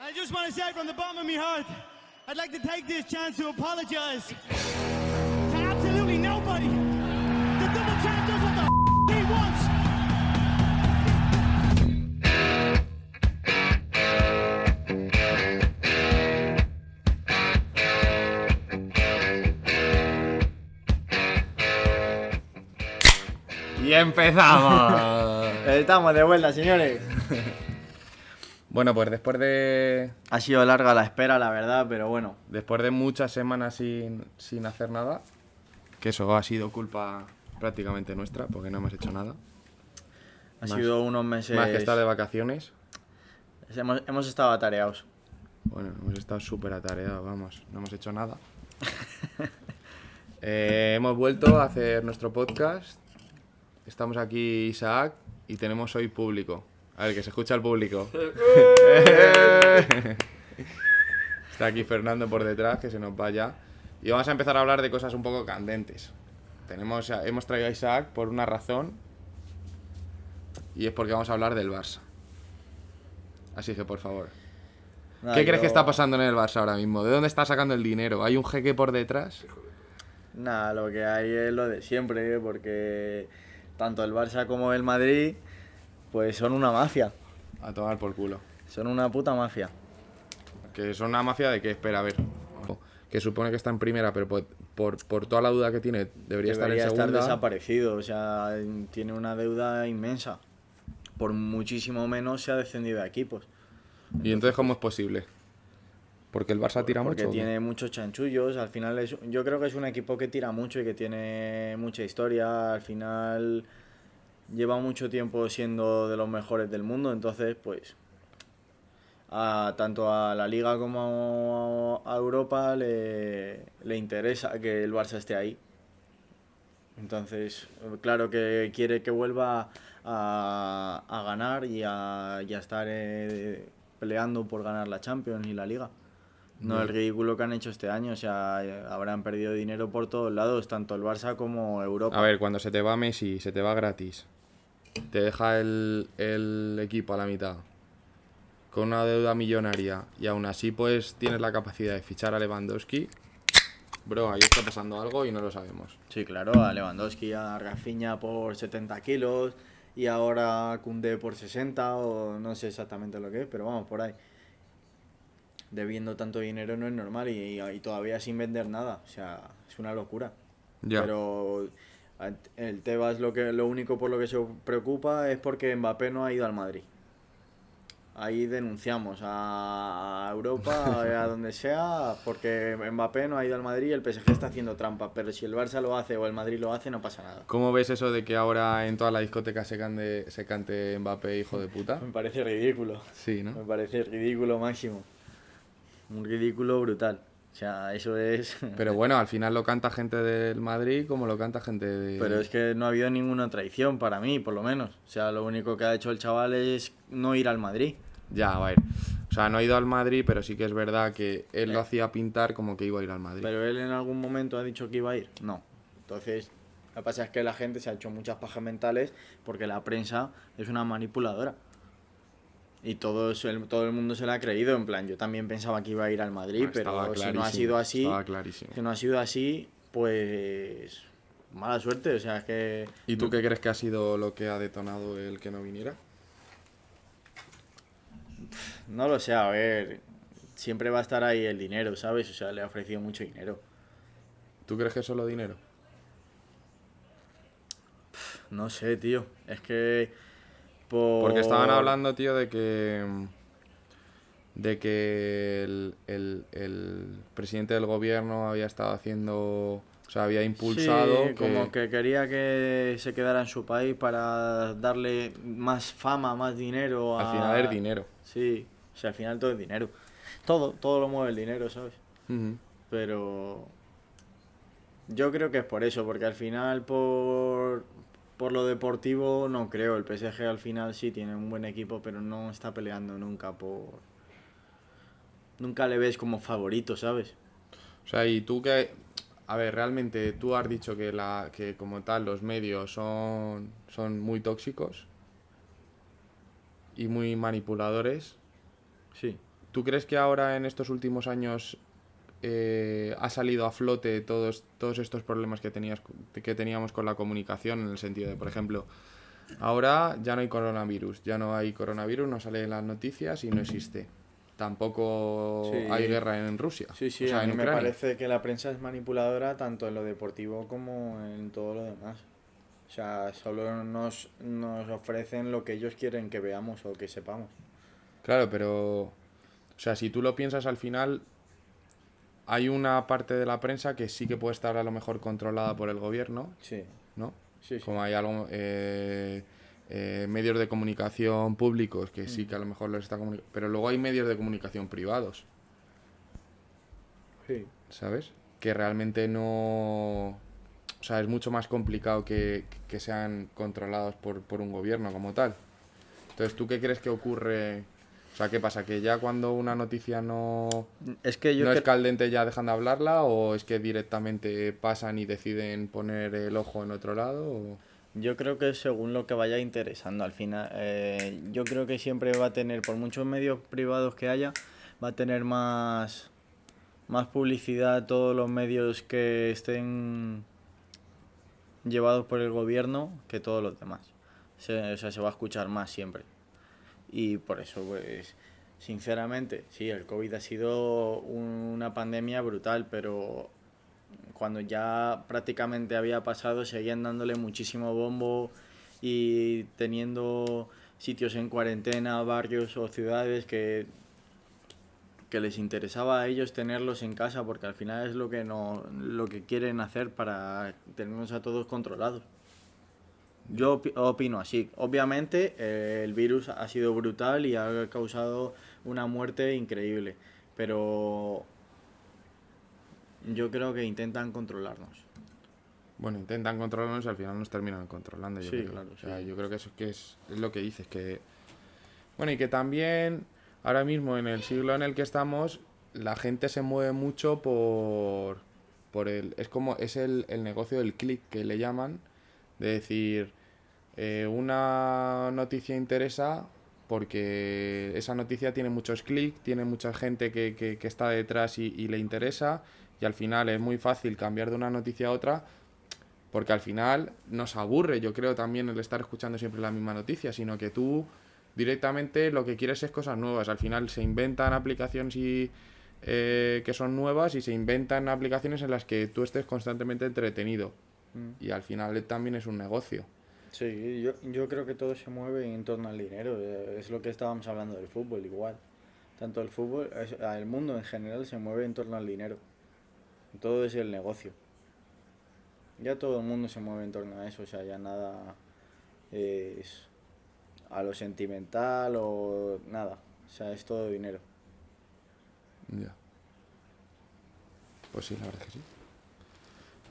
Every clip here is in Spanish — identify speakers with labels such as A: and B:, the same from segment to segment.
A: I just want to say from the bottom of my heart, I'd like to take this chance to apologize to absolutely nobody. The double champ does what the f- he wants.
B: Y empezamos.
C: Estamos de vuelta, señores.
B: bueno, pues después de
C: Ha sido larga la espera, la verdad, pero bueno.
B: después de muchas semanas sin, sin hacer nada, que eso ha sido culpa prácticamente nuestra, porque no hemos hecho nada.
C: Ha
B: Más-
C: sido unos meses.
B: Más que estar de vacaciones.
C: hemos, hemos estado atareados.
B: Bueno, hemos estado súper atareados, vamos, no hemos hecho nada. Eh, hemos vuelto a hacer nuestro podcast. Estamos aquí Isaac y tenemos hoy público. A ver, que se escucha el público. Está aquí Fernando por detrás, que se nos vaya. Y vamos a empezar a hablar de cosas un poco candentes. Tenemos, a- hemos traído a Isaac por una razón y es porque vamos a hablar del Barça. Así que, por favor,
C: Nada,
B: ¿Qué
C: yo-
B: crees que está pasando en el Barça ahora mismo? ¿De dónde está sacando el dinero? ¿Hay un jeque por detrás?
C: Nada, lo que hay es lo de siempre, ¿eh? porque tanto el Barça como el Madrid, pues son una mafia.
B: A tomar por culo.
C: Son una puta mafia.
B: Que son una mafia de que espera, a ver. Que supone que está en primera, pero por, por- por toda la duda que tiene, debería,
C: Debería
B: estar en
C: estar
B: segunda.
C: desaparecido, o sea, tiene una deuda inmensa. Por muchísimo menos se ha descendido de equipos.
B: y entonces, ¿cómo es posible? Porque el Barça tira
C: porque
B: mucho. ¿o qué?
C: tiene muchos chanchullos. Al final, es, yo creo que es un equipo que tira mucho y que tiene mucha historia. Al final, lleva mucho tiempo siendo de los mejores del mundo. Entonces, pues, a, tanto a la Liga como a Europa le, le interesa que el Barça esté ahí. Entonces, claro que quiere que vuelva a, a ganar y a, y a estar eh, peleando por ganar la Champions y la Liga. No el ridículo que han hecho este año, o sea, eh, habrán perdido dinero por todos lados, tanto el Barça como Europa.
B: A ver, cuando se te va Messi, se te va gratis. Te deja el, el equipo a la mitad. Con una deuda millonaria. Y aún así, pues tienes la capacidad de fichar a Lewandowski. Bro, ahí está pasando algo y no lo sabemos.
C: Sí, claro, a Lewandowski, a Rafinha por 70 kilos y ahora a Koundé por 60 o no sé exactamente lo que es, pero vamos, por ahí. Debiendo tanto dinero no es normal y, y- y todavía sin vender nada, o sea, es una locura.
B: Ya.
C: Pero a- el Tebas lo, que, lo único por lo que se preocupa es porque Mbappé no ha ido al Madrid. Ahí denunciamos a Europa, a donde sea, porque Mbappé no ha ido al Madrid y el PSG está haciendo trampa. Pero si el Barça lo hace o el Madrid lo hace, no pasa nada.
B: ¿Cómo ves eso de que ahora en toda la discoteca se cante, se cante Mbappé, hijo de puta?
C: Me parece ridículo.
B: Sí,
C: Me
B: ¿no?
C: parece ridículo máximo. ¿Mm? Un ridículo brutal. O sea, eso es...
B: Pero bueno, al final lo canta gente del Madrid como lo canta gente de...
C: Pero es que no ha habido ninguna traición para mí, por lo menos. O sea, lo único que ha hecho el chaval es no ir al Madrid.
B: Ya, a ver. O sea, no ha ido al Madrid, pero sí que es verdad que él lo hacía pintar como que iba a ir al Madrid.
C: Pero él en algún momento ha dicho que iba a ir. No. Entonces, lo que pasa es que la gente se ha hecho muchas pajas mentales porque la prensa es una manipuladora. Y todo, eso- el, todo el mundo se la ha creído. En plan, yo también pensaba que iba a ir al Madrid,
B: Ah, estaba
C: pero si no ha
B: clarísimo,
C: sido así,
B: estaba clarísimo.
C: si no ha sido así, pues mala suerte. O sea, es que
B: ¿Y tú qué crees que ha sido lo que ha detonado el que no viniera?
C: No lo sé, a ver. Siempre va a estar ahí el dinero, ¿sabes? O sea, le ha ofrecido mucho dinero.
B: ¿Tú crees que es solo dinero?
C: No sé, tío. Es que. por-
B: Porque estaban hablando, tío, de que. mm, de que el, el- el presidente del gobierno había estado haciendo. O sea, había impulsado.
C: Sí, como que quería que se quedara en su país para darle más fama, más dinero. A...
B: Al final es dinero.
C: Sí, o sea, al final todo es dinero. Todo, todo lo mueve el dinero, ¿sabes?
B: Ujú.
C: Pero yo creo que es por eso, porque al final por, por lo deportivo no creo. El PSG al final sí tiene un buen equipo, pero no está peleando nunca por... Nunca le ves como favorito, ¿sabes?
B: O sea, y tú que. A ver, realmente tú has dicho que, la, que como tal los medios son, son muy tóxicos y muy manipuladores.
C: Sí.
B: ¿Tú crees que ahora en estos últimos años eh, ha salido a flote todos, todos estos problemas que, tenías, que teníamos con la comunicación? En el sentido de, por ejemplo, ahora ya no hay coronavirus, ya no hay coronavirus, no sale en las noticias y no existe. Tampoco
C: Sí.
B: hay guerra en Rusia.
C: Sí, sí,
B: o sea,
C: a
B: en
C: mí me
B: Ucrania.
C: parece que la prensa es manipuladora tanto en lo deportivo como en todo lo demás. O sea, solo nos, nos ofrecen lo que ellos quieren que veamos o que sepamos.
B: Claro, pero. O sea, si tú lo piensas al final, hay una parte de la prensa que sí que puede estar a lo mejor controlada por el gobierno,
C: Sí,
B: ¿no?
C: sí, sí.
B: Como hay algo. eh, eh, medios de comunicación públicos que
C: Mm.
B: sí que a lo mejor los está comuni- Pero luego hay medios de comunicación privados,
C: sí.
B: ¿sabes? Que realmente no. O sea, es mucho más complicado que, que sean controlados por, por un gobierno como tal. Entonces, ¿tú qué crees que ocurre? O sea, ¿qué pasa? ¿Que ya cuando una noticia no,
C: Es que yo
B: ¿No es
C: cre-
B: caldente ya dejan de hablarla o es que directamente pasan y deciden poner el ojo en otro lado? o-
C: Yo creo que según lo que vaya interesando al final, eh, yo creo que siempre va a tener, por muchos medios privados que haya, va a tener más, más publicidad todos los medios que estén llevados por el gobierno que todos los demás. Se, o sea, se va a escuchar más siempre. Y por eso, pues, sinceramente, sí, el COVID ha sido una pandemia brutal, pero cuando ya prácticamente había pasado, seguían dándole muchísimo bombo y teniendo sitios en cuarentena, barrios o ciudades que, que les interesaba a ellos tenerlos en casa, porque al final es lo que, no, lo que quieren hacer para tenernos a todos controlados. Yo opi- opino así. Obviamente eh, el virus ha sido brutal y ha causado una muerte increíble, pero yo creo que intentan controlarnos.
B: Bueno, intentan controlarnos y al final nos terminan controlando. Yo
C: Sí,
B: creo.
C: claro,
B: O sea,
C: sí.
B: Yo creo que eso es, que es, es lo que dices. que Bueno, y que también ahora mismo en el siglo en el que estamos, la gente se mueve mucho por... por el, es como es el, el negocio del click que le llaman, de decir, eh, una noticia interesa porque esa noticia tiene muchos clics, tiene mucha gente que, que- que está detrás y, y le interesa y al final es muy fácil cambiar de una noticia a otra porque al final nos aburre, yo creo también el estar escuchando siempre la misma noticia, sino que tú directamente lo que quieres es cosas nuevas, al final se inventan aplicaciones y, eh, que son nuevas y se inventan aplicaciones en las que tú estés constantemente entretenido y al final también es un negocio.
C: Sí, yo, yo creo que todo se mueve en torno al dinero. eh, Es lo que estábamos hablando del fútbol, igual. Tanto el fútbol, es- el mundo en general se mueve en torno al dinero. Todo es el negocio. Ya todo el mundo se mueve en torno a eso, o sea, ya nada es a lo sentimental o nada. O sea, es todo dinero.
B: Ya. Pues sí, la verdad que sí.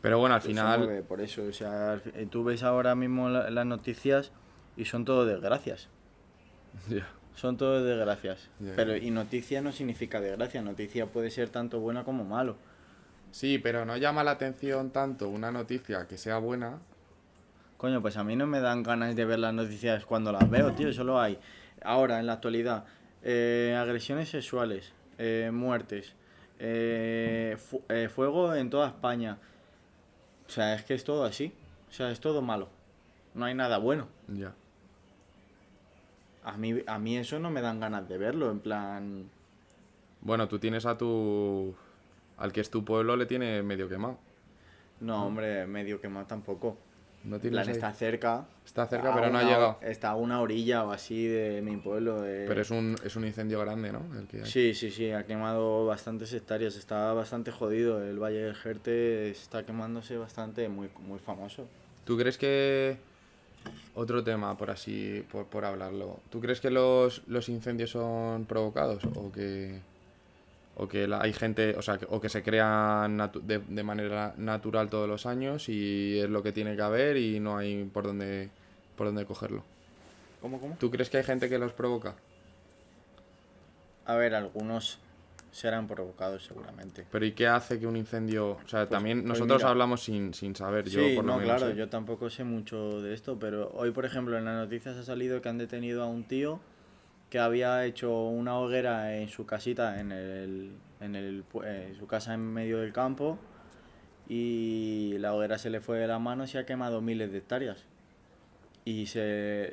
B: Pero bueno, al
C: Se mueve
B: final.
C: por eso, o sea, al fi- tú ves ahora mismo la- las noticias y son todo desgracias.
B: Ya.
C: Son todo desgracias.
B: Ya,
C: Pero
B: ya.
C: y noticia no significa desgracia, noticia puede ser tanto buena como malo.
B: Sí, pero no llama la atención tanto una noticia que sea buena.
C: Coño, pues a mí no me dan ganas de ver las noticias cuando las veo, tío, solo hay. Ahora, en la actualidad, eh, agresiones sexuales, eh, muertes, eh, fu- eh, fuego en toda España. O sea, es que es todo así. O sea, es todo malo. No hay nada bueno.
B: Ya.
C: A mí, a mí eso no me dan ganas de verlo, en plan...
B: Bueno, tú tienes a tu. Al que es tu pueblo le tiene medio quemado.
C: No, hombre, medio que más tampoco.
B: No
C: En
B: tienes
C: plan,
B: ahí-
C: está cerca.
B: Está cerca,
C: a
B: pero no ha
C: una-
B: llegado.
C: Está a una orilla o así de mi pueblo. de-
B: Pero es un, es un incendio grande, ¿no? El que hay.
C: Sí, sí, sí, ha quemado bastantes hectáreas. Está bastante jodido. El Valle del Jerte está quemándose bastante, muy, muy famoso.
B: ¿Tú crees que... Otro tema, por así, por, por hablarlo. ¿Tú crees que los, los incendios son provocados o que... O que la- hay gente, o sea, que- o que se crean natu- de, de manera natural todos los años y es lo que tiene que haber y no hay por dónde, por dónde cogerlo.
C: ¿Cómo, cómo?
B: ¿Tú crees que hay gente que los provoca?
C: A ver, algunos serán provocados seguramente.
B: Pero ¿y qué hace que un incendio... O sea, también
C: pues
B: nosotros
C: mira.
B: hablamos sin, sin saber,
C: sí,
B: yo por lo
C: no,
B: menos,
C: claro,
B: ¿eh?
C: yo tampoco sé mucho de esto, pero hoy, por ejemplo, en las noticias ha salido que han detenido a un tío que había hecho una hoguera en su casita, en, el, en el pu- eh, su casa en medio del campo, y la hoguera se le fue de las manos y se ha quemado miles de hectáreas. Y se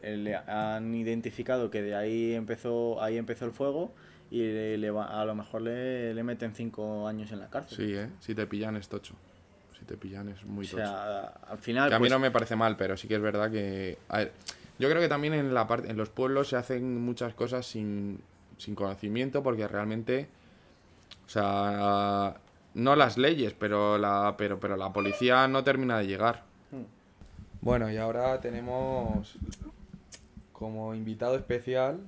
C: eh, le han identificado que de ahí empezó, ahí empezó el fuego y le, le va- a lo mejor le, le meten cinco años en la cárcel.
B: Sí, ¿eh? Si te pillan es tocho. Si te pillan es muy
C: o
B: tocho.
C: sea, al final...
B: Que a mí
C: pues,
B: no me parece mal, pero sí que es verdad que. a ver, yo creo que también en la parte, en los pueblos se hacen muchas cosas sin, sin conocimiento, porque realmente. O sea. No las leyes, pero la. Pero, pero la policía no termina de llegar. Hmm. Bueno, y ahora tenemos. Como invitado especial.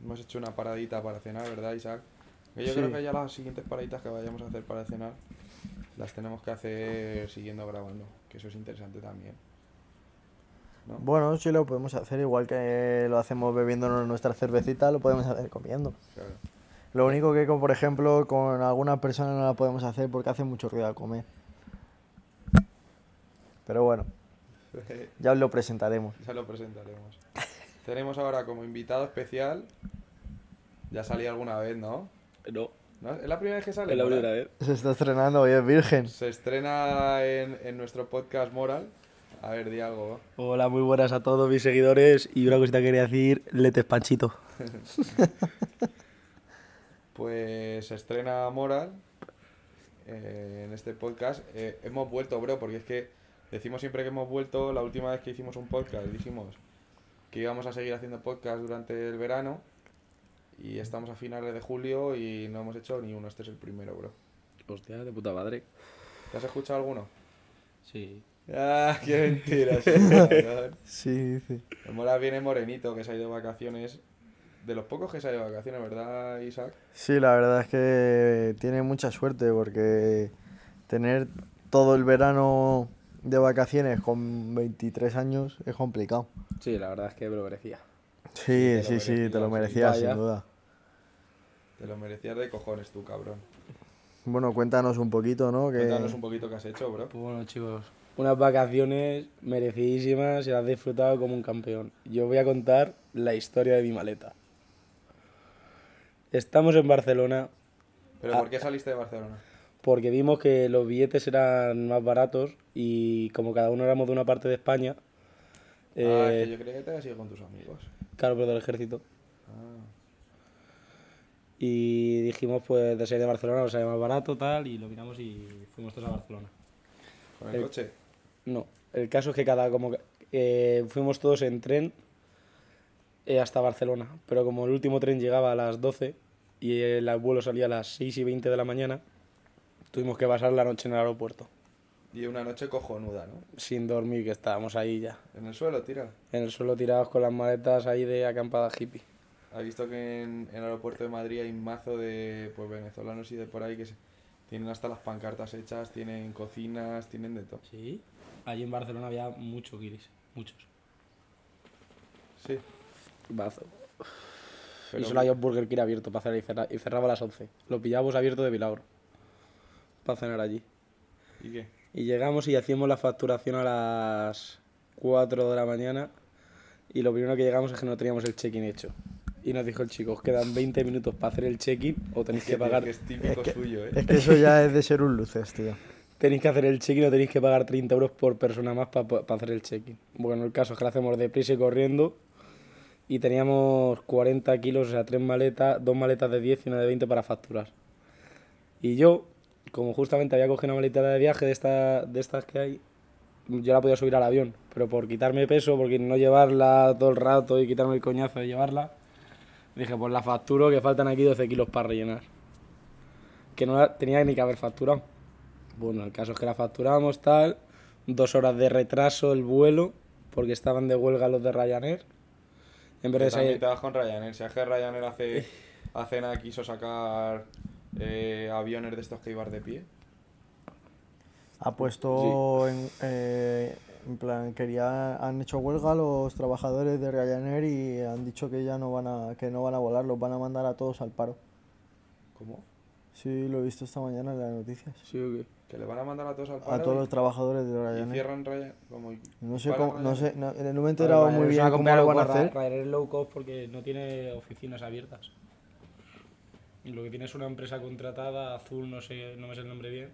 B: Hemos hecho una paradita para cenar, ¿verdad, Isaac? Que yo
C: Sí.
B: creo que ya las siguientes paraditas que vayamos a hacer para cenar las tenemos que hacer siguiendo grabando, que eso es interesante también.
D: Bueno, sí lo podemos hacer igual que lo hacemos bebiéndonos nuestra cervecita, lo podemos hacer comiendo.
B: Claro.
D: Lo único que, con- por ejemplo, con algunas personas no la podemos hacer porque hace mucho ruido al comer. Pero bueno, ya os lo presentaremos.
B: ya lo presentaremos. Tenemos ahora como invitado especial. Ya salí alguna vez, ¿no?
E: No,
B: ¿No? ¿Es la primera vez que sale?
E: es la
B: Moral?
E: primera vez.
D: Se está estrenando hoy, es virgen.
B: Se estrena en, en nuestro podcast Moral. A ver, di algo.
E: Hola, muy buenas a todos mis seguidores. Y una cosita que quería decir, letes panchito.
B: Pues se estrena Moral eh, en este podcast. Eh, hemos vuelto, bro, porque es que decimos siempre que hemos vuelto. La última vez que hicimos un podcast dijimos que íbamos a seguir haciendo podcast durante el verano. Y estamos a finales de julio y no hemos hecho ni uno. Este es el primero, bro.
E: Hostia, de puta madre.
B: ¿Te has escuchado alguno?
E: Sí.
B: ¡Ah, qué mentiras! cabrón.
D: Sí, sí.
B: el Moral viene morenito, que se ha ido de vacaciones. De los pocos que se ha ido de vacaciones, ¿verdad, Isaac?
D: Sí, la verdad es que tiene mucha suerte porque tener todo el verano de vacaciones con 23 años es complicado.
E: Sí, la verdad es que me lo merecía.
D: Sí,
B: te lo
D: sí, sí, te
B: merecías,
D: lo merecías,
E: vaya.
D: sin duda.
B: Te lo merecías de cojones tú, cabrón.
D: Bueno, cuéntanos un poquito, ¿no? Que...
B: Cuéntanos un poquito qué has hecho, bro.
E: Pues bueno, chicos, unas vacaciones merecidísimas y las he disfrutado como un campeón. Yo voy a contar la historia de mi maleta. Estamos en Barcelona Ah.
B: ¿Pero por qué saliste de Barcelona?
E: porque vimos que los billetes eran más baratos y como cada uno éramos de una parte de España,
B: Ah,
E: eh,
B: es que yo creía que te habías ido con tus amigos.
E: claro, pero del ejército.
B: Ah,
E: Y dijimos, pues, de ser de Barcelona nos sale más barato, tal, y lo miramos y fuimos todos a Barcelona.
B: ¿Con el
E: Eh,
B: coche?
E: No, el caso es que cada, como que, eh, fuimos todos en tren eh, hasta Barcelona, pero como el último tren llegaba a las 12 y el vuelo salía a las 6 y 20 de la mañana, tuvimos que pasar la noche en el aeropuerto,
B: Y una noche cojonuda, ¿no?
E: sin dormir, que estábamos ahí ya,
B: En el suelo, tira.
E: en el suelo tirados con las maletas ahí de acampada hippie.
B: ¿Has visto que en, en el aeropuerto de Madrid hay un mazo de pues, venezolanos y de por ahí que se- tienen hasta las pancartas hechas, tienen cocinas, tienen de todo?
E: Sí, allí en Barcelona había muchos guiris, muchos.
B: Sí.
E: Bazo.
B: Pero-
E: y solo hay un Burger King abierto para cenar y, cerra- y cerraba a las 11. Lo pillábamos abierto de milagro para cenar allí.
B: ¿Y qué?
E: Y llegamos y hacíamos la facturación a las 4 de la mañana. Y lo primero que llegamos es que no teníamos el check-in hecho. Y nos dijo el chico, os quedan 20 minutos para hacer el check-in o tenéis que
B: tío,
E: pagar...
B: que es típico
D: que-
B: suyo, ¿eh?
D: Es que eso ya es de ser un luces, tío.
E: Tenéis que hacer el check-in o tenéis que pagar 30 euros por persona más para hacer el check-in. Bueno, el caso es que lo hacemos deprisa y corriendo. Y teníamos 40 kilos, o sea, tres maletas, dos maletas de 10 y una de 20 para facturar. Y yo, como justamente había cogido una maleta de viaje de, esta, de estas que hay, yo la podía subir al avión. Pero por quitarme peso, porque no llevarla todo el rato y quitarme el coñazo de llevarla, dije, pues la facturo que faltan aquí 12 kilos para rellenar. Que no la tenía ni que haber facturado. Bueno, el caso es que la facturamos, tal. Dos horas de retraso el vuelo, porque estaban de huelga los de Ryanair. En vez de
B: Pero
E: salir-
B: también te vas con Ryanair. Si es que Ryanair hace, hace nada quiso sacar eh, aviones de estos que ibas de pie.
D: Ha puesto en, eh, en plan, quería, han hecho huelga los trabajadores de Ryanair y han dicho que ya no van a, que no van a volar, los van a mandar a todos al paro.
B: ¿Cómo?
D: Sí, lo he visto esta mañana en las noticias.
E: Sí, o qué?
B: Que le van a mandar a todos al paro.
D: A todos
B: y-
D: los trabajadores de
B: y
D: Ryanair.
B: cierran Ryanair. Como,
D: No sé
B: paran
D: cómo, no
B: Ryanair.
D: sé, no- en el momento era muy bien cómo lo van a hacer.
E: Ryanair es low cost porque no tiene oficinas abiertas. Y lo que tiene es una empresa contratada, azul, no sé, no me sé el nombre bien,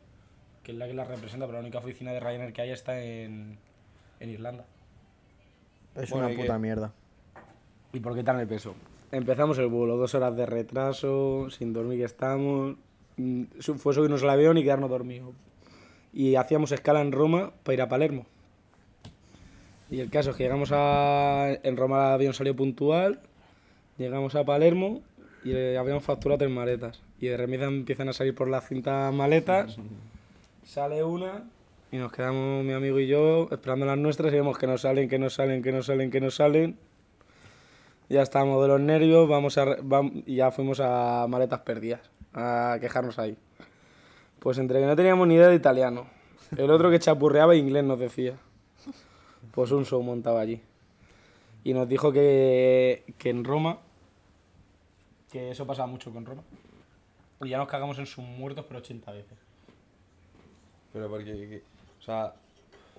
E: que es la que la representa, pero la única oficina de Ryanair que hay está en, en Irlanda.
D: Es
B: Bueno,
D: una
B: ¿y qué?
D: puta mierda.
E: ¿Y por qué tan el peso? Empezamos el vuelo, dos horas de retraso, sin dormir que estamos. Mm, su- Fue subirnos al avión y quedarnos dormidos. Y hacíamos escala en Roma para ir a Palermo. Y el caso es que llegamos a. En Roma el avión salió puntual, llegamos a Palermo y eh, habíamos facturado tres maletas. Y de repente empiezan a salir por las cintas maletas, sale una y nos quedamos mi amigo y yo esperando las nuestras y vemos que no salen, que no salen, que no salen, que no salen. Ya estábamos de los nervios, vamos a, re- vam- y ya fuimos a maletas perdidas, a quejarnos ahí. Pues entre que no teníamos ni idea de italiano, el otro que chapurreaba inglés nos decía. Pues un show montaba allí. Y nos dijo que, que en Roma, que eso pasaba mucho con Roma. Y ya nos cagamos en sus muertos por 80 veces.
B: Pero porque. que- O sea,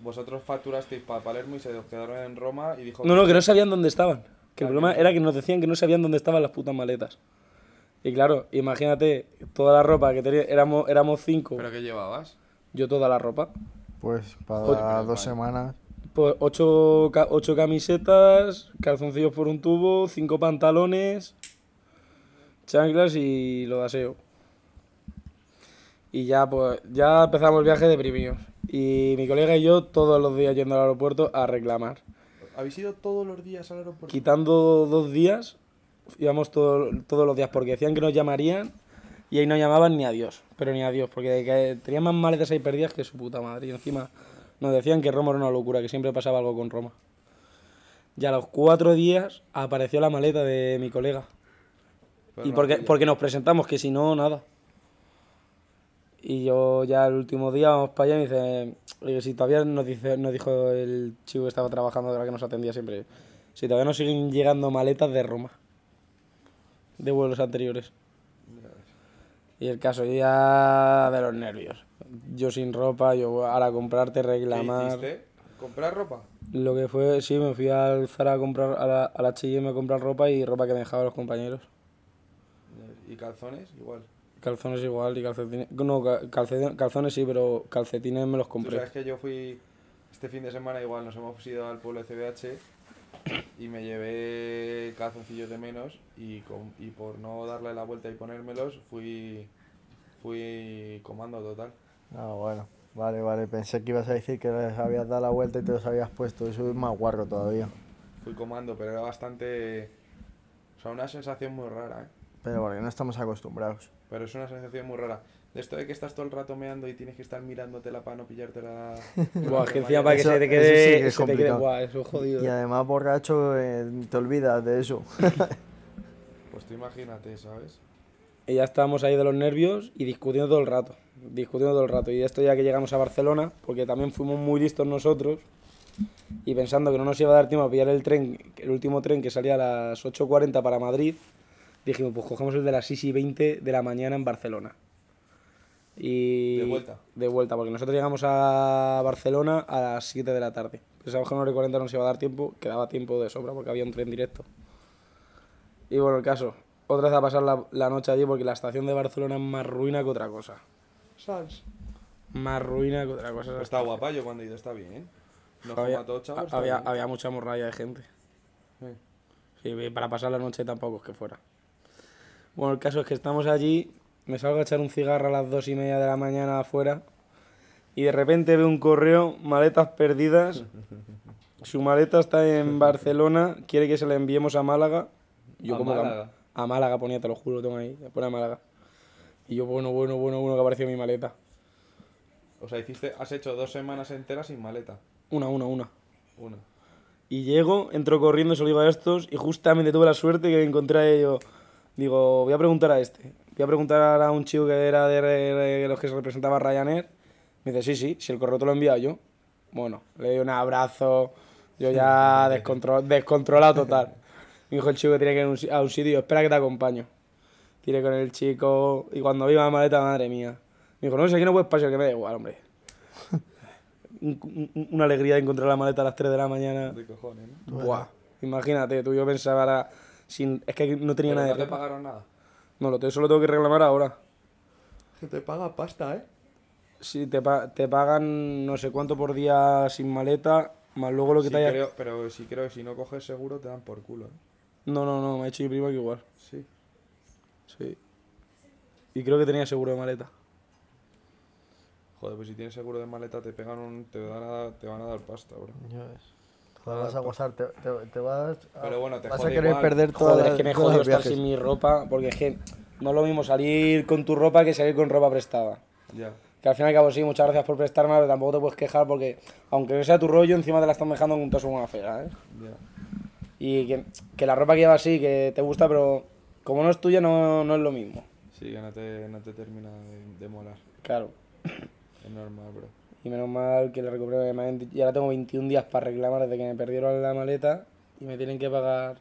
B: vosotros facturasteis para Palermo y se os quedaron en Roma y dijo.
E: No, no, que no sabían dónde estaban. Ah, Que el problema era que nos decían que no sabían dónde estaban las putas maletas. Y claro, imagínate toda la ropa que teníamos, éramos, éramos cinco,
B: ¿Pero qué llevabas?
E: yo toda la ropa.
D: Pues
B: Joder,
D: para
B: pero
D: dos
B: vale.
D: semanas.
E: Pues ocho, ca- ocho camisetas, calzoncillos por un tubo, cinco pantalones, chanclas y lo de aseo. Y ya, pues, ya empezamos el viaje deprimidos. Y mi colega y yo todos los días yendo al aeropuerto a reclamar.
B: ¿Habéis ido todos los días al aeropuerto?
E: quitando dos días, íbamos todo- todos los días porque decían que nos llamarían y ahí no llamaban ni a Dios, pero ni a Dios, porque de que tenían más maletas ahí perdidas que su puta madre. Y encima nos decían que Roma era una locura, que siempre pasaba algo con Roma. Y a los cuatro días apareció la maleta de mi colega.
B: Pero
E: Y
B: no
E: porque,
B: fui yo.
E: porque nos presentamos, que si no, nada. Y yo ya el último día vamos para allá y me dice, oye, si todavía nos, dice, nos dijo el chico que estaba trabajando, de la que nos atendía siempre, si todavía nos siguen llegando maletas de Roma, de vuelos anteriores. Y el caso ya de los nervios. Yo sin ropa, yo ahora comprarte,
B: ¿Qué
E: reclamar.
B: hiciste? ¿Comprar ropa?
E: Lo que fue, sí, me fui al Zara a comprar, a la, a la H&M a comprar ropa y ropa que me dejaban los compañeros.
B: ¿Y calzones? Igual.
E: Calzones igual y calcetines. No, ca- calce- calzones sí, pero calcetines me los
B: Tú sabes
E: compré.
B: que yo fui este fin de semana igual, nos hemos ido al pueblo de CBH y me llevé calzoncillos de menos y, con- y por no darle la vuelta y ponérmelos fui fui comando total.
D: Ah, bueno. Vale, vale. Pensé que ibas a decir que les habías dado la vuelta y te los habías puesto. Eso es más guarro todavía.
B: Fui comando, pero era bastante... O sea, una sensación muy rara, ¿eh?
D: Pero porque no estamos acostumbrados.
B: Pero es una sensación muy rara. De esto de que estás todo el rato meando y tienes que estar mirándote para no pillarte la...
E: Buah, es que encima
B: Vaya.
E: para que
D: Eso-
E: se
D: eso sí que
E: te quede.
D: es
E: se te quede
D: complicado.
E: guau, eso es jodido.
D: Y además, borracho, eh, te olvidas de eso.
B: Pues tú imagínate, ¿sabes?
E: Y ya estábamos ahí de los nervios y discutiendo todo el rato. Discutiendo todo el rato. Y esto ya que llegamos a Barcelona, porque también fuimos muy listos nosotros. Y pensando que no nos iba a dar tiempo a pillar el tren, el último tren que salía a las 8.40 para Madrid, dijimos, pues cogemos el de las 6 y 20 de la mañana en Barcelona. Y
B: De vuelta.
E: De vuelta, porque nosotros llegamos a Barcelona a las 7 de la tarde. Pensábamos que a una hora y 40 no nos iba a dar tiempo, quedaba tiempo de sobra porque había un tren directo. Y bueno, el caso. Otra vez a pasar la, la noche allí porque la estación de Barcelona es más ruina que otra cosa.
B: Sans.
E: Más ruina que otra cosa. esa
B: Está
E: estación.
B: guapa, yo cuando he ido está bien. No como
E: había,
B: a todo, chavo,
E: ha-
B: está
E: había,
B: bien.
E: había mucha morralla de gente.
B: Sí.
E: Sí, ve, para pasar la noche tampoco es que fuera. Bueno, el caso es que estamos allí, me salgo a echar un cigarro a las dos y media de la mañana afuera y de repente veo un correo, maletas perdidas, su maleta está en Barcelona, quiere que se la enviemos a Málaga. Yo
B: ¿A
E: como que
B: Málaga?
E: A Málaga ponía, te lo juro, tengo ahí, pone a Málaga. Y yo, bueno, bueno, bueno, bueno, que apareció mi maleta.
B: O sea, hiciste, has hecho dos semanas enteras sin maleta.
E: Una, una, una.
B: Una.
E: Y llego, entro corriendo, se lo digo a estos, y justamente tuve la suerte que me encontré a ellos. Digo, voy a preguntar a este. Voy a preguntar a un chico que era de, re- de los que se representaba a Ryanair. Me dice, sí, sí, si el correo te lo he enviado yo. Bueno, le doy un abrazo. Yo ya descontro- descontrolado total. Me dijo el chico que tenía que ir a un si- a un sitio, espera que te acompaño. tiré con el chico y cuando vi la maleta, madre mía. Me dijo, no sé, aquí no puedes pasar, que me da igual, hombre. Un- un- una alegría de encontrar la maleta a las 3 de la mañana.
B: De cojones, ¿no?
E: Buah, imagínate, tú yo pensaba, ahora, sin, es que no tenía
B: Pero
E: nada de
B: no te
E: ropa.
B: pagaron nada.
E: No, lo tengo, solo tengo que reclamar ahora.
B: Que te paga pasta, ¿eh?
E: Si te, pa- te pagan no sé cuánto por día sin maleta, más luego lo que
B: Sí,
E: te haya...
B: creo- pero sí creo que si no coges seguro te dan por culo, ¿eh?
E: No, no, no, me ha hecho mi prima que igual.
B: Sí.
E: Sí. Y creo que tenía seguro de maleta.
B: Joder, pues si tienes seguro de maleta te pegan un... te, dan a- te van a dar pasta, bro.
D: Ya ves. Joder, vas a gozar, te, te- te vas a,
B: Pero bueno, te
D: vas a
B: jode
D: querer
B: igual.
D: perder todo
E: Joder, es que me jodió estar sin mi ropa, porque es que no es lo mismo salir con tu ropa que salir con ropa prestada.
B: Ya.
E: Que al fin y al cabo sí, muchas gracias por prestarme, pero tampoco te puedes quejar porque, aunque no sea tu rollo, encima te la están dejando con un toso una fea, ¿eh?
B: Ya.
E: Y que, que la ropa que llevas sí, que te gusta, pero como no es tuya, no, no es lo mismo.
B: Sí, que no te, no te termina de, de molar.
E: Claro.
B: Es normal, bro.
E: Y menos mal que la recuperé. me han- Y ahora tengo 21 días para reclamar desde que me perdieron la maleta y me tienen que pagar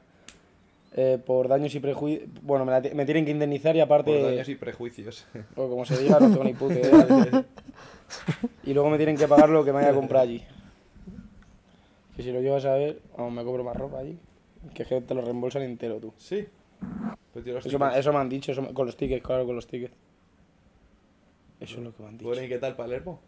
E: eh, por daños y prejuicios. Bueno, me, la ti- me tienen que indemnizar y aparte.
B: Por daños y prejuicios.
E: o como se diga, no tengo ni puta idea. y luego me tienen que pagar lo que me haya comprado allí. Que si lo llevas a ver, vamos, me compro más ropa allí. Que es que te lo reembolsan entero tú.
B: sí. Pero tío, los
E: Eso me,
B: tickets.
E: eso me han dicho, eso me- con los tickets, claro, con los tickets. Eso es lo que me han dicho.
B: Bueno, ¿y qué tal Palermo?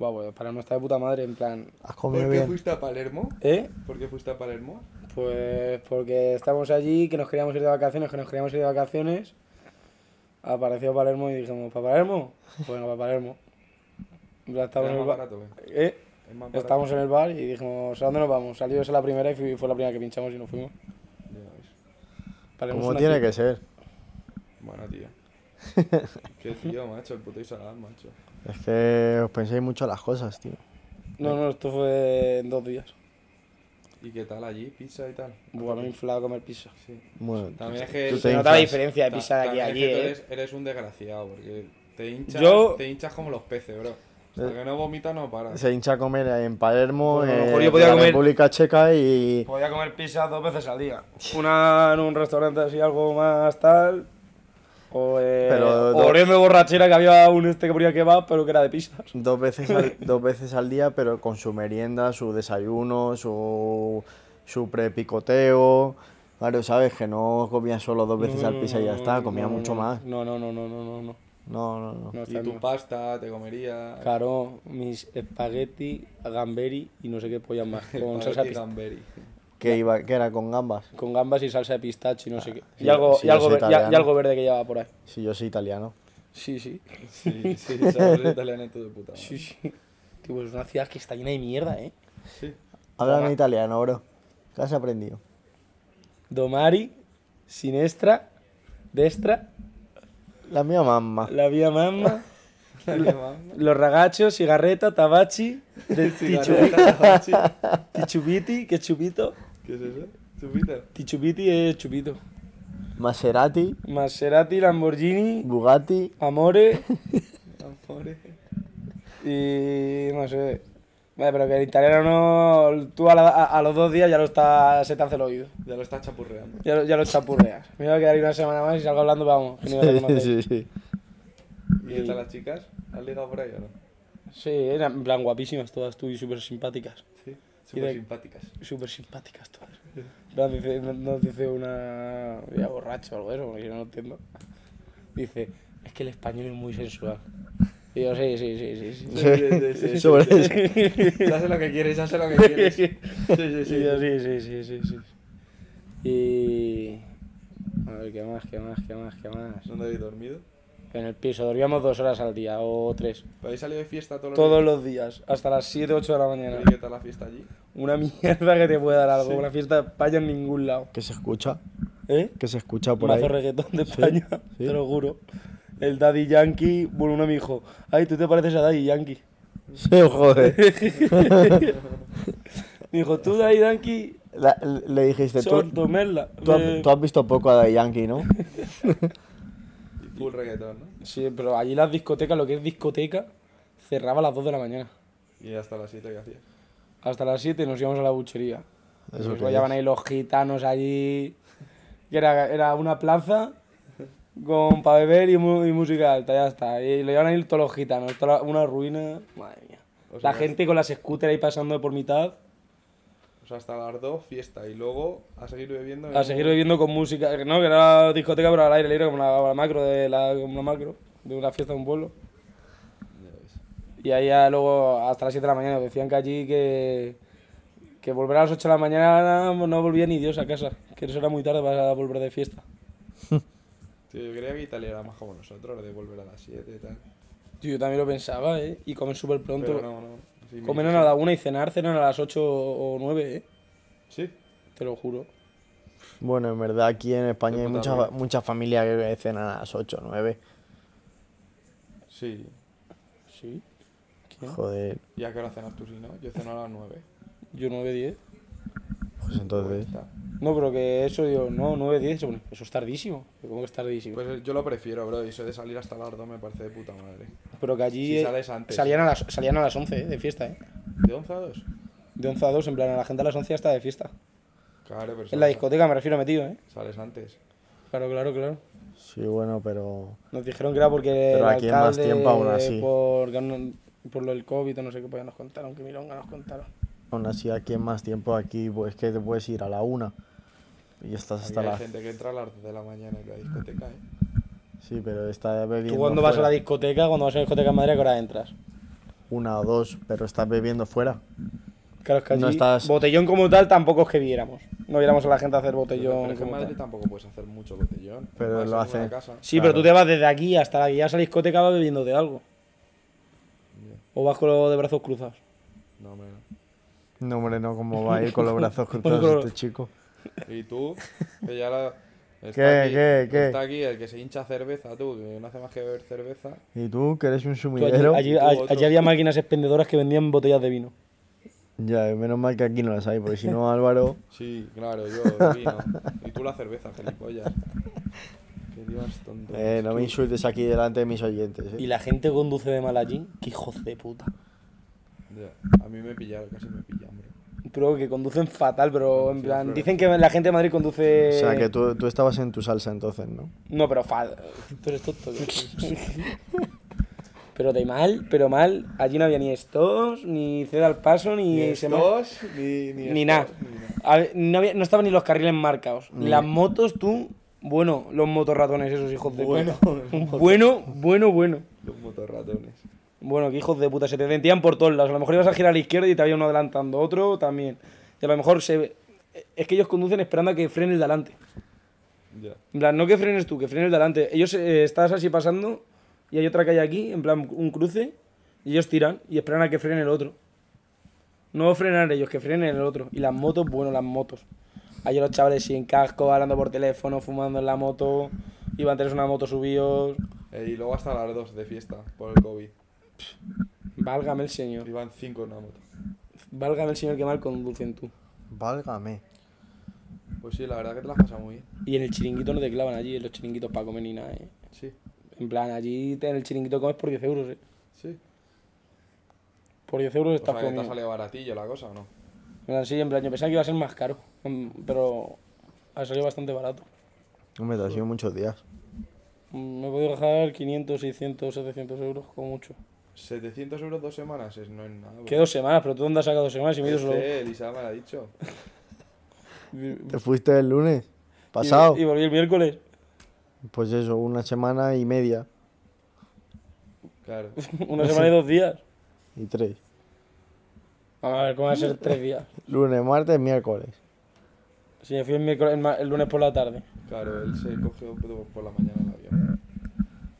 E: Guau, bueno, para no estar de puta madre, en plan.
D: Has
B: ¿Por
D: comido
B: qué
D: bien.
B: fuiste a Palermo?
E: ¿Eh?
B: ¿Por qué fuiste a Palermo?
E: Pues porque estábamos allí, que nos queríamos ir de vacaciones, que nos queríamos ir de vacaciones. Apareció Palermo y dijimos, ¿para Palermo? Bueno, para Palermo. Ya estábamos
B: Era
E: en
B: más
E: el bar.
B: barato, ¿eh?
E: ¿Eh?
B: Es más barato.
E: Estábamos en el bar y dijimos, ¿a dónde nos vamos? Salió esa la primera y fui- fue la primera que pinchamos y nos fuimos.
B: Ya ves.
E: Palermo es
D: Como
E: una
D: tiene
E: ciudad-
D: que ser.
B: Bueno, tío. qué tío, macho. El puto Isagán, macho.
D: Es que os pensáis mucho las cosas, tío.
E: No, no, esto fue en dos días.
B: ¿Y qué tal allí? ¿Pizza y tal?
E: Bueno, me he inflado a comer pizza.
B: Sí.
D: Bueno,
B: También es que...
D: tú
E: Se
D: te
E: nota la
D: inflas.
E: diferencia de
B: Ta-
E: pizza de aquí a
B: también
E: allí,
B: es que tú
E: ¿eh?
B: eres, eres un desgraciado, porque te hinchas,
E: Yo-
B: te hinchas como los peces, bro. Hasta
D: Eh.
B: que no vomitas no paras.
D: Se hincha a comer en Palermo, eh,
E: Pues a lo
D: en
E: mejor yo podía
D: la
E: comer-
D: República Checa y
E: Podía comer pizza dos veces al día. Una en un restaurante así, algo más tal. O, eh,
D: Pero
E: o
D: dos-
E: oliendo de borrachera que había un este que ponía kebab, pero que era de pizzas.
D: dos veces al, dos veces al día, pero con su merienda, su desayuno, su, su prepicoteo. Claro, sabes que no comía solo dos veces al pizza y ya está, comía
E: no, no,
D: mucho
E: no.
D: más.
E: No, no, no, no, no, no. no.
D: No, no, no.
E: Mm. No,
B: Y
E: está
B: tu
E: bien.
B: pasta te comería.
E: Claro, mis espagueti, gamberi y no sé qué pollas más. Con, salsa
B: espagueti
E: de pis-
B: gamberi.
D: Que iba, que era con gambas.
E: con gambas y salsa de pistacho y no sé qué.
D: sí,
E: y, algo,
D: Ah, sí,
E: y, algo
D: yo soy
E: ver- y- y
D: italiano.
E: algo verde que llevaba por ahí.
D: Si yo soy italiano.
E: Sí, sí.
B: Sí, sí, sabes italiano tú de puta madre.
E: Sí, sí. Tío, pues es una ciudad que está llena de mierda, ¿eh?
B: Sí.
D: Háblame italiano, bro. ¿Qué has aprendido?
E: Domari, Sinestra, Destra,
D: La mía mamá.
E: La Vía Mamma,
B: Dale, manda.
E: Los Ragachos, Cigarreta, Tabachi, de-
B: Cigarreta, sí.
E: Tichubiti, que chupito.
B: ¿Qué es eso? ¿Chupita?
E: Tichubiti es chupito.
D: Maserati,
E: Maserati, Lamborghini,
D: Bugatti,
E: Amore
B: Ah, Amore.
E: y no sé. Vale, pero que el italiano no. Tú a, la- a- a los dos días ya lo está, se te hace el oído.
B: Ya lo estás chapurreando.
E: Ya, lo- ya lo chapurreas. Me voy a quedar ahí una semana más y salgo hablando, vamos. Que ni me reconoces.
D: Sí, sí.
B: ¿Y qué tal las chicas? ¿Has ligado por ahí o no?
E: Sí, eran en plan guapísimas todas tú y súper simpáticas.
B: Sí.
E: Y de-
B: Súper simpáticas.
E: Súper simpáticas todas. Nos dice, nos dice una. Ya borracho o algo de eso, porque yo no lo entiendo. Dice, es que el español es muy sensual. Y yo, sí, sí, sí, sí. sí.
B: sí, sí, sí,
D: Sobre
B: sí.
D: eso.
B: Ya sé lo que quieres, ya sé lo que quieres. Sí, sí,
E: Y
B: sí.
E: yo, sí, sí, sí, sí, sí. Y. A ver, ¿qué más, qué más, qué más, qué más?
B: ¿Dónde habéis dormido?
E: En el piso, dormíamos dos horas al día o tres.
B: ¿Habéis salido Pues de fiesta todos los
E: Todos los días, hasta las 7, 8 de la mañana.
B: días? ¿Y qué tal la fiesta allí?
E: Una mierda que te puede dar algo,
B: Sí.
E: una fiesta de España en ningún lado.
D: Que se escucha,
E: ¿Eh?
D: que se escucha por
E: mazo
D: ahí.
E: reggaetón de España,
D: sí.
E: te lo juro. El Daddy Yankee, bueno, uno me dijo, ay, tú te pareces a Daddy Yankee.
D: Sí, joder.
E: Me dijo, tú Daddy Yankee,
D: La- le dijiste, tú,
E: son tu merla.
D: tú has,
E: Eh,
D: tú has visto poco a Daddy Yankee, ¿no?
B: Y full reggaetón, ¿no?
E: Sí, pero allí las discotecas, lo que es discoteca, cerraba a las 2 de la mañana.
B: Y hasta las 7 que hacías.
E: Hasta las 7 nos íbamos a la buchería.
D: Eso
E: Nos
D: que
E: llevaban
D: es.
E: ahí los gitanos allí, que era, era una plaza con para beber y, mu- y música alta, ya está. Y le iban a ir todos los gitanos, toda la- una ruina. Madre mía.
B: O sea,
E: La gente con las scooters ahí pasando por mitad,
B: O sea, hasta las dos, fiesta. Y luego a seguir bebiendo.
E: a seguir bebiendo con música. que No, que era discoteca, pero al aire libre, como la, la macro de la, como una macro, de una fiesta de un pueblo. Y ahí ya luego hasta las 7 de la mañana, decían que allí que, que volver a las 8 de la mañana no volvía ni Dios a casa, que eso era muy tarde para volver de fiesta.
B: Tío, yo creía que Italia era más como nosotros, de volver a las 7 y tal.
E: Tío, yo también lo pensaba, ¿eh? Y comen súper pronto.
B: Pero no, no. Sí, me-
E: Comen a la una y cenar, cenan a las 8 o 9, ¿eh?
B: Sí.
E: Te lo juro.
D: Bueno, en verdad aquí en España
B: De
D: hay
B: puta
D: muchas
B: madre.
D: muchas familias que cenan a las 8 o 9.
B: Sí.
E: Sí. ¿Quién?
D: Joder,
B: ¿Y a qué hora cenas tú si no? Yo ceno a las 9.
E: Yo 9, 10.
D: pues entonces.
E: ¿eh? No, pero que eso, digo, no, 9, 10. Bueno, eso es tardísimo. Yo, ¿Cómo que es tardísimo?
B: Pues eh, yo lo prefiero, bro. Y eso de salir hasta las 2 me parece de puta madre.
E: pero que allí
B: si
E: eh,
B: sales antes.
E: salían, a las, salían a las 11 ¿eh? de fiesta, ¿eh?
B: ¿De 11 a 2?
E: De 11 a 2, en plan, a la gente a las 11 ya está de fiesta.
B: Claro, pero.
E: En la
B: sales-
E: discoteca me refiero metido, ¿eh?
B: Sales antes.
E: Claro, claro, claro.
D: Sí, bueno, pero.
E: Nos dijeron que era porque el
D: aquí es más
E: alcalde,
D: tiempo aún así.
E: Por, por lo del COVID o no sé qué, pues ya nos contaron, que Milonga nos contaron.
D: Aún así, aquí es más tiempo. Aquí, pues que te puedes ir a la 1 y estás
B: Aquí
D: hasta
B: hay
D: las.
B: gente que entra a las 10 de la mañana en la discoteca, ¿eh?
D: Sí, pero estás bebiendo.
E: Tú cuando vas a
D: fuera.
E: la discoteca, cuando vas a la discoteca en Madrid, ¿a qué hora entras?
D: Una o dos, pero estás bebiendo fuera.
E: Claro, es que allí,
D: No estás-
E: botellón como tal tampoco es que viéramos. No viéramos a la gente hacer
B: Pero
E: botellón
B: es que en
E: como
B: Madrid
E: tal.
B: tampoco puedes hacer mucho botellón.
D: Pero
B: Vas
D: lo
B: a una
D: hacen.
B: casa.
E: Sí, pero tú te vas desde aquí hasta la que llegas a la discoteca vas bebiendo de algo. O vas con los de brazos cruzados.
B: No, hombre, no.
D: No, hombre, no, como va a ir con los brazos
E: Con-
D: cruzados este chico.
B: Y tú, que ya la. Está
D: ¿Qué,
B: aquí,
D: qué, qué?
B: Está aquí el que se hincha cerveza, tú, que no hace más que beber cerveza.
D: ¿Y tú, que eres un
E: Tú allí,
D: sumidero?
E: allí-
B: Tú
E: allí-
B: otro.
E: allí había máquinas expendedoras que vendían botellas de vino.
D: Ya, menos mal que aquí no las hay, porque si no, Álvaro.
B: Sí, claro, yo, el vino. y tú la cerveza, gilipollas. Que Dios tonto.
D: Eh, no me insultes aquí delante de mis oyentes. eh.
E: Y la gente conduce de mal allí, que hijos de puta.
B: Ya, A mí me pillaron, casi me pillan, bro.
E: Pero que conducen fatal, pero en
B: Sí,
E: plan.
B: claro.
E: Dicen que la gente de Madrid conduce.
D: O sea, que tú, tú estabas en tu salsa entonces, ¿no?
E: No, pero fad. Tú eres tonto. tío. pero de mal, pero mal. Allí no había ni estos, ni ceda al paso, ni, sema-
B: estos, ni,
E: ni,
B: estos,
E: nada.
B: ni nada.
E: A ver, No, había- no estaban ni los carriles marcados. Ni las motos, tú. Bueno, los motorratones, esos hijos de
B: Bueno,
E: puta. bueno, bueno, bueno.
B: Los motorratones.
E: Bueno, que hijos de puta. Se te sentían por todos lados. A lo mejor ibas a girar a la izquierda y te había uno adelantando, otro también. Y a lo mejor se. Es que ellos conducen esperando a que frene el de adelante.
B: Ya.
E: En plan, no que frenes tú, que frene el de delante. Ellos eh, estás así pasando y hay otra calle aquí, en plan un cruce, y ellos tiran y esperan a que frene el otro. No frenar ellos, que frenen el otro. Y las motos, bueno, las motos. Ayer los chavales sin casco, hablando por teléfono, fumando en la moto, iban a tener una moto subidos.
B: Eh, y luego hasta las 2 de fiesta por el COVID.
E: Válgame el señor.
B: Iban 5 en una moto.
E: Válgame el señor que mal conducen tú.
D: Válgame.
B: Pues sí, la verdad que te las pasas muy bien.
E: Y en el chiringuito no te clavan allí, en los chiringuitos para comer ni nada, eh.
B: Sí,
E: En plan, allí te- en el chiringuito comes por 10 euros, eh.
B: sí.
E: Por 10 euros
B: O sea,
E: estás
B: que Pues te ha
E: comiendo.
B: salido baratillo la cosa, ¿o no?
E: En plan, sí, en plan, yo pensaba que iba a ser más caro, mm, pero ha salido bastante barato.
D: Hombre, te ha sido muchos días.
E: Mm, Me he podido dejar 500, 600, 700 euros, como mucho.
B: 700 euros dos semanas es no es nada. bro.
E: Que dos semanas, pero tú dónde has sacado dos semanas y me he ido solo.
B: Este, Elisa me lo ha dicho.
E: y-
D: ¿Te fuiste el lunes? ¿Pasado?
E: Y, volví el miércoles.
D: Pues eso, una semana y media
B: Claro.
E: Una semana y dos días.
D: y tres.
E: Vamos a ver cómo va a ser tres días.
D: Lunes, martes, miércoles.
E: Si me fui el, miércoles, el, ma- el lunes por la tarde.
B: Claro, él se cogió por por la mañana el avión.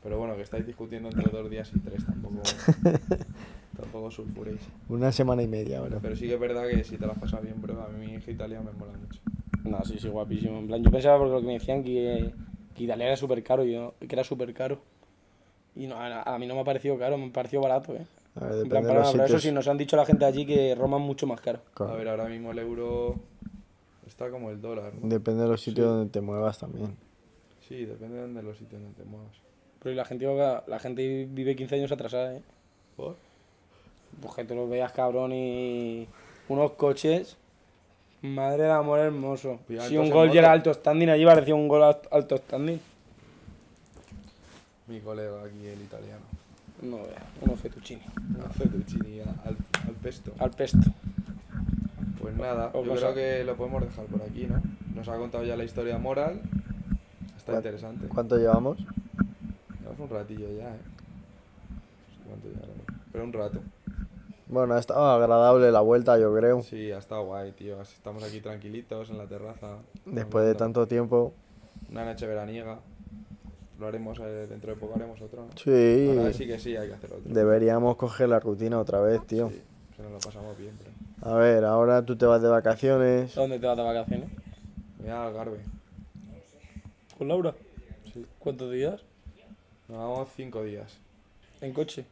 B: Pero bueno, que estáis discutiendo entre dos días y tres, tampoco. tampoco os sulfuréis.
D: Una semana y media, bro.
B: Pero sí que es verdad que si te las pasas bien, bro, a mí Italia me mola mucho.
E: No, sí, sí, guapísimo. En plan, yo pensaba por lo que me decían que, que Italia era súper caro, yo, que era súper caro. Y no, a, a mí no me ha parecido caro, me ha parecido barato, eh.
D: A ver,
E: En plan,
D: depende de
E: para-
D: los
E: pero eso
D: sitios.
E: sí, nos han dicho la gente allí que Roma es mucho más caro.
D: Claro.
B: A ver, ahora mismo el euro está como el dólar, ¿no?
D: Depende de los sitios donde te muevas también.
B: Sí, depende de dónde los sitios donde te muevas.
E: Pero la gente, va- la gente vive 15 años atrasada, ¿eh?
B: ¿Por?
E: Pues que tú lo veas, cabrón, y unos coches. Madre de amor hermoso.
B: Cuidado,
E: Si un
B: entonces,
E: gol ya era
B: moto.
E: alto standing, allí parecía un gol alt- alto standing.
B: mi colega aquí, el italiano.
E: No vea, uno fettuccini.
B: Una fettuccini al, al pesto.
E: Al pesto.
B: Pues nada,
E: o
B: yo
E: cosa.
B: creo que lo podemos dejar por aquí, ¿no? Nos ha contado ya la historia moral. Está
D: ¿Cuán-
B: interesante.
D: ¿Cuánto llevamos?
B: Llevamos un ratillo ya, ¿eh? No sé cuánto llevaremos, Pero un rato.
D: Bueno, ha estado agradable la vuelta, yo creo.
B: Sí, ha estado guay, tío. Así Estamos aquí tranquilitos en la terraza.
D: Después de
B: hablando.
D: tanto tiempo.
B: Una noche veraniega. Lo haremos, eh, dentro de poco haremos otro, ¿no?
D: Sí,
B: Ahora sí que sí, hay que hacer otro.
D: deberíamos coger la rutina otra vez, tío.
B: Sí, se nos lo pasamos bien, pero...
D: A ver, ahora tú te vas de vacaciones.
E: ¿A ¿Dónde te vas de vacaciones?
B: Mira, Algarve.
E: ¿Con Laura?
B: Sí.
E: ¿Cuántos días?
B: Nos vamos cinco días.
E: ¿En coche?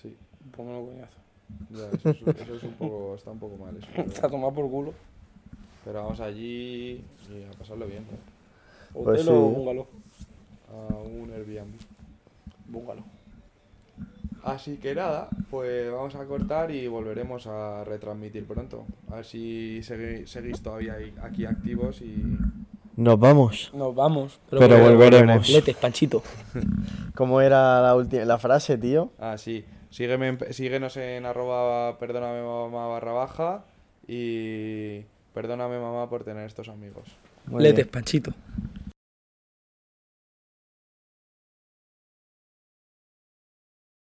B: Sí.
E: Póngalo coñazo.
B: Ya, eso, es, eso es un poco... Está un poco mal eso.
E: Está
B: Pero,
E: tomado por culo.
B: pero vamos allí y a pasarlo bien, ¿no?
E: Hotel
D: Pues sí.
E: o bungalow.
B: a un Airbnb.
E: Búngalo.
B: Así que nada, pues vamos a cortar y volveremos a retransmitir pronto. A ver si segui- seguís todavía ahí- aquí activos y...
D: Nos vamos.
E: Nos vamos.
D: Pero volveremos.
E: Letes, Panchito.
D: ¿Cómo era la, ulti- la frase, tío?
B: Ah, sí. Sígueme en- síguenos en arroba perdóname mamá barra baja y perdóname mamá por tener estos amigos.
D: Muy bien.
E: Letes, Panchito.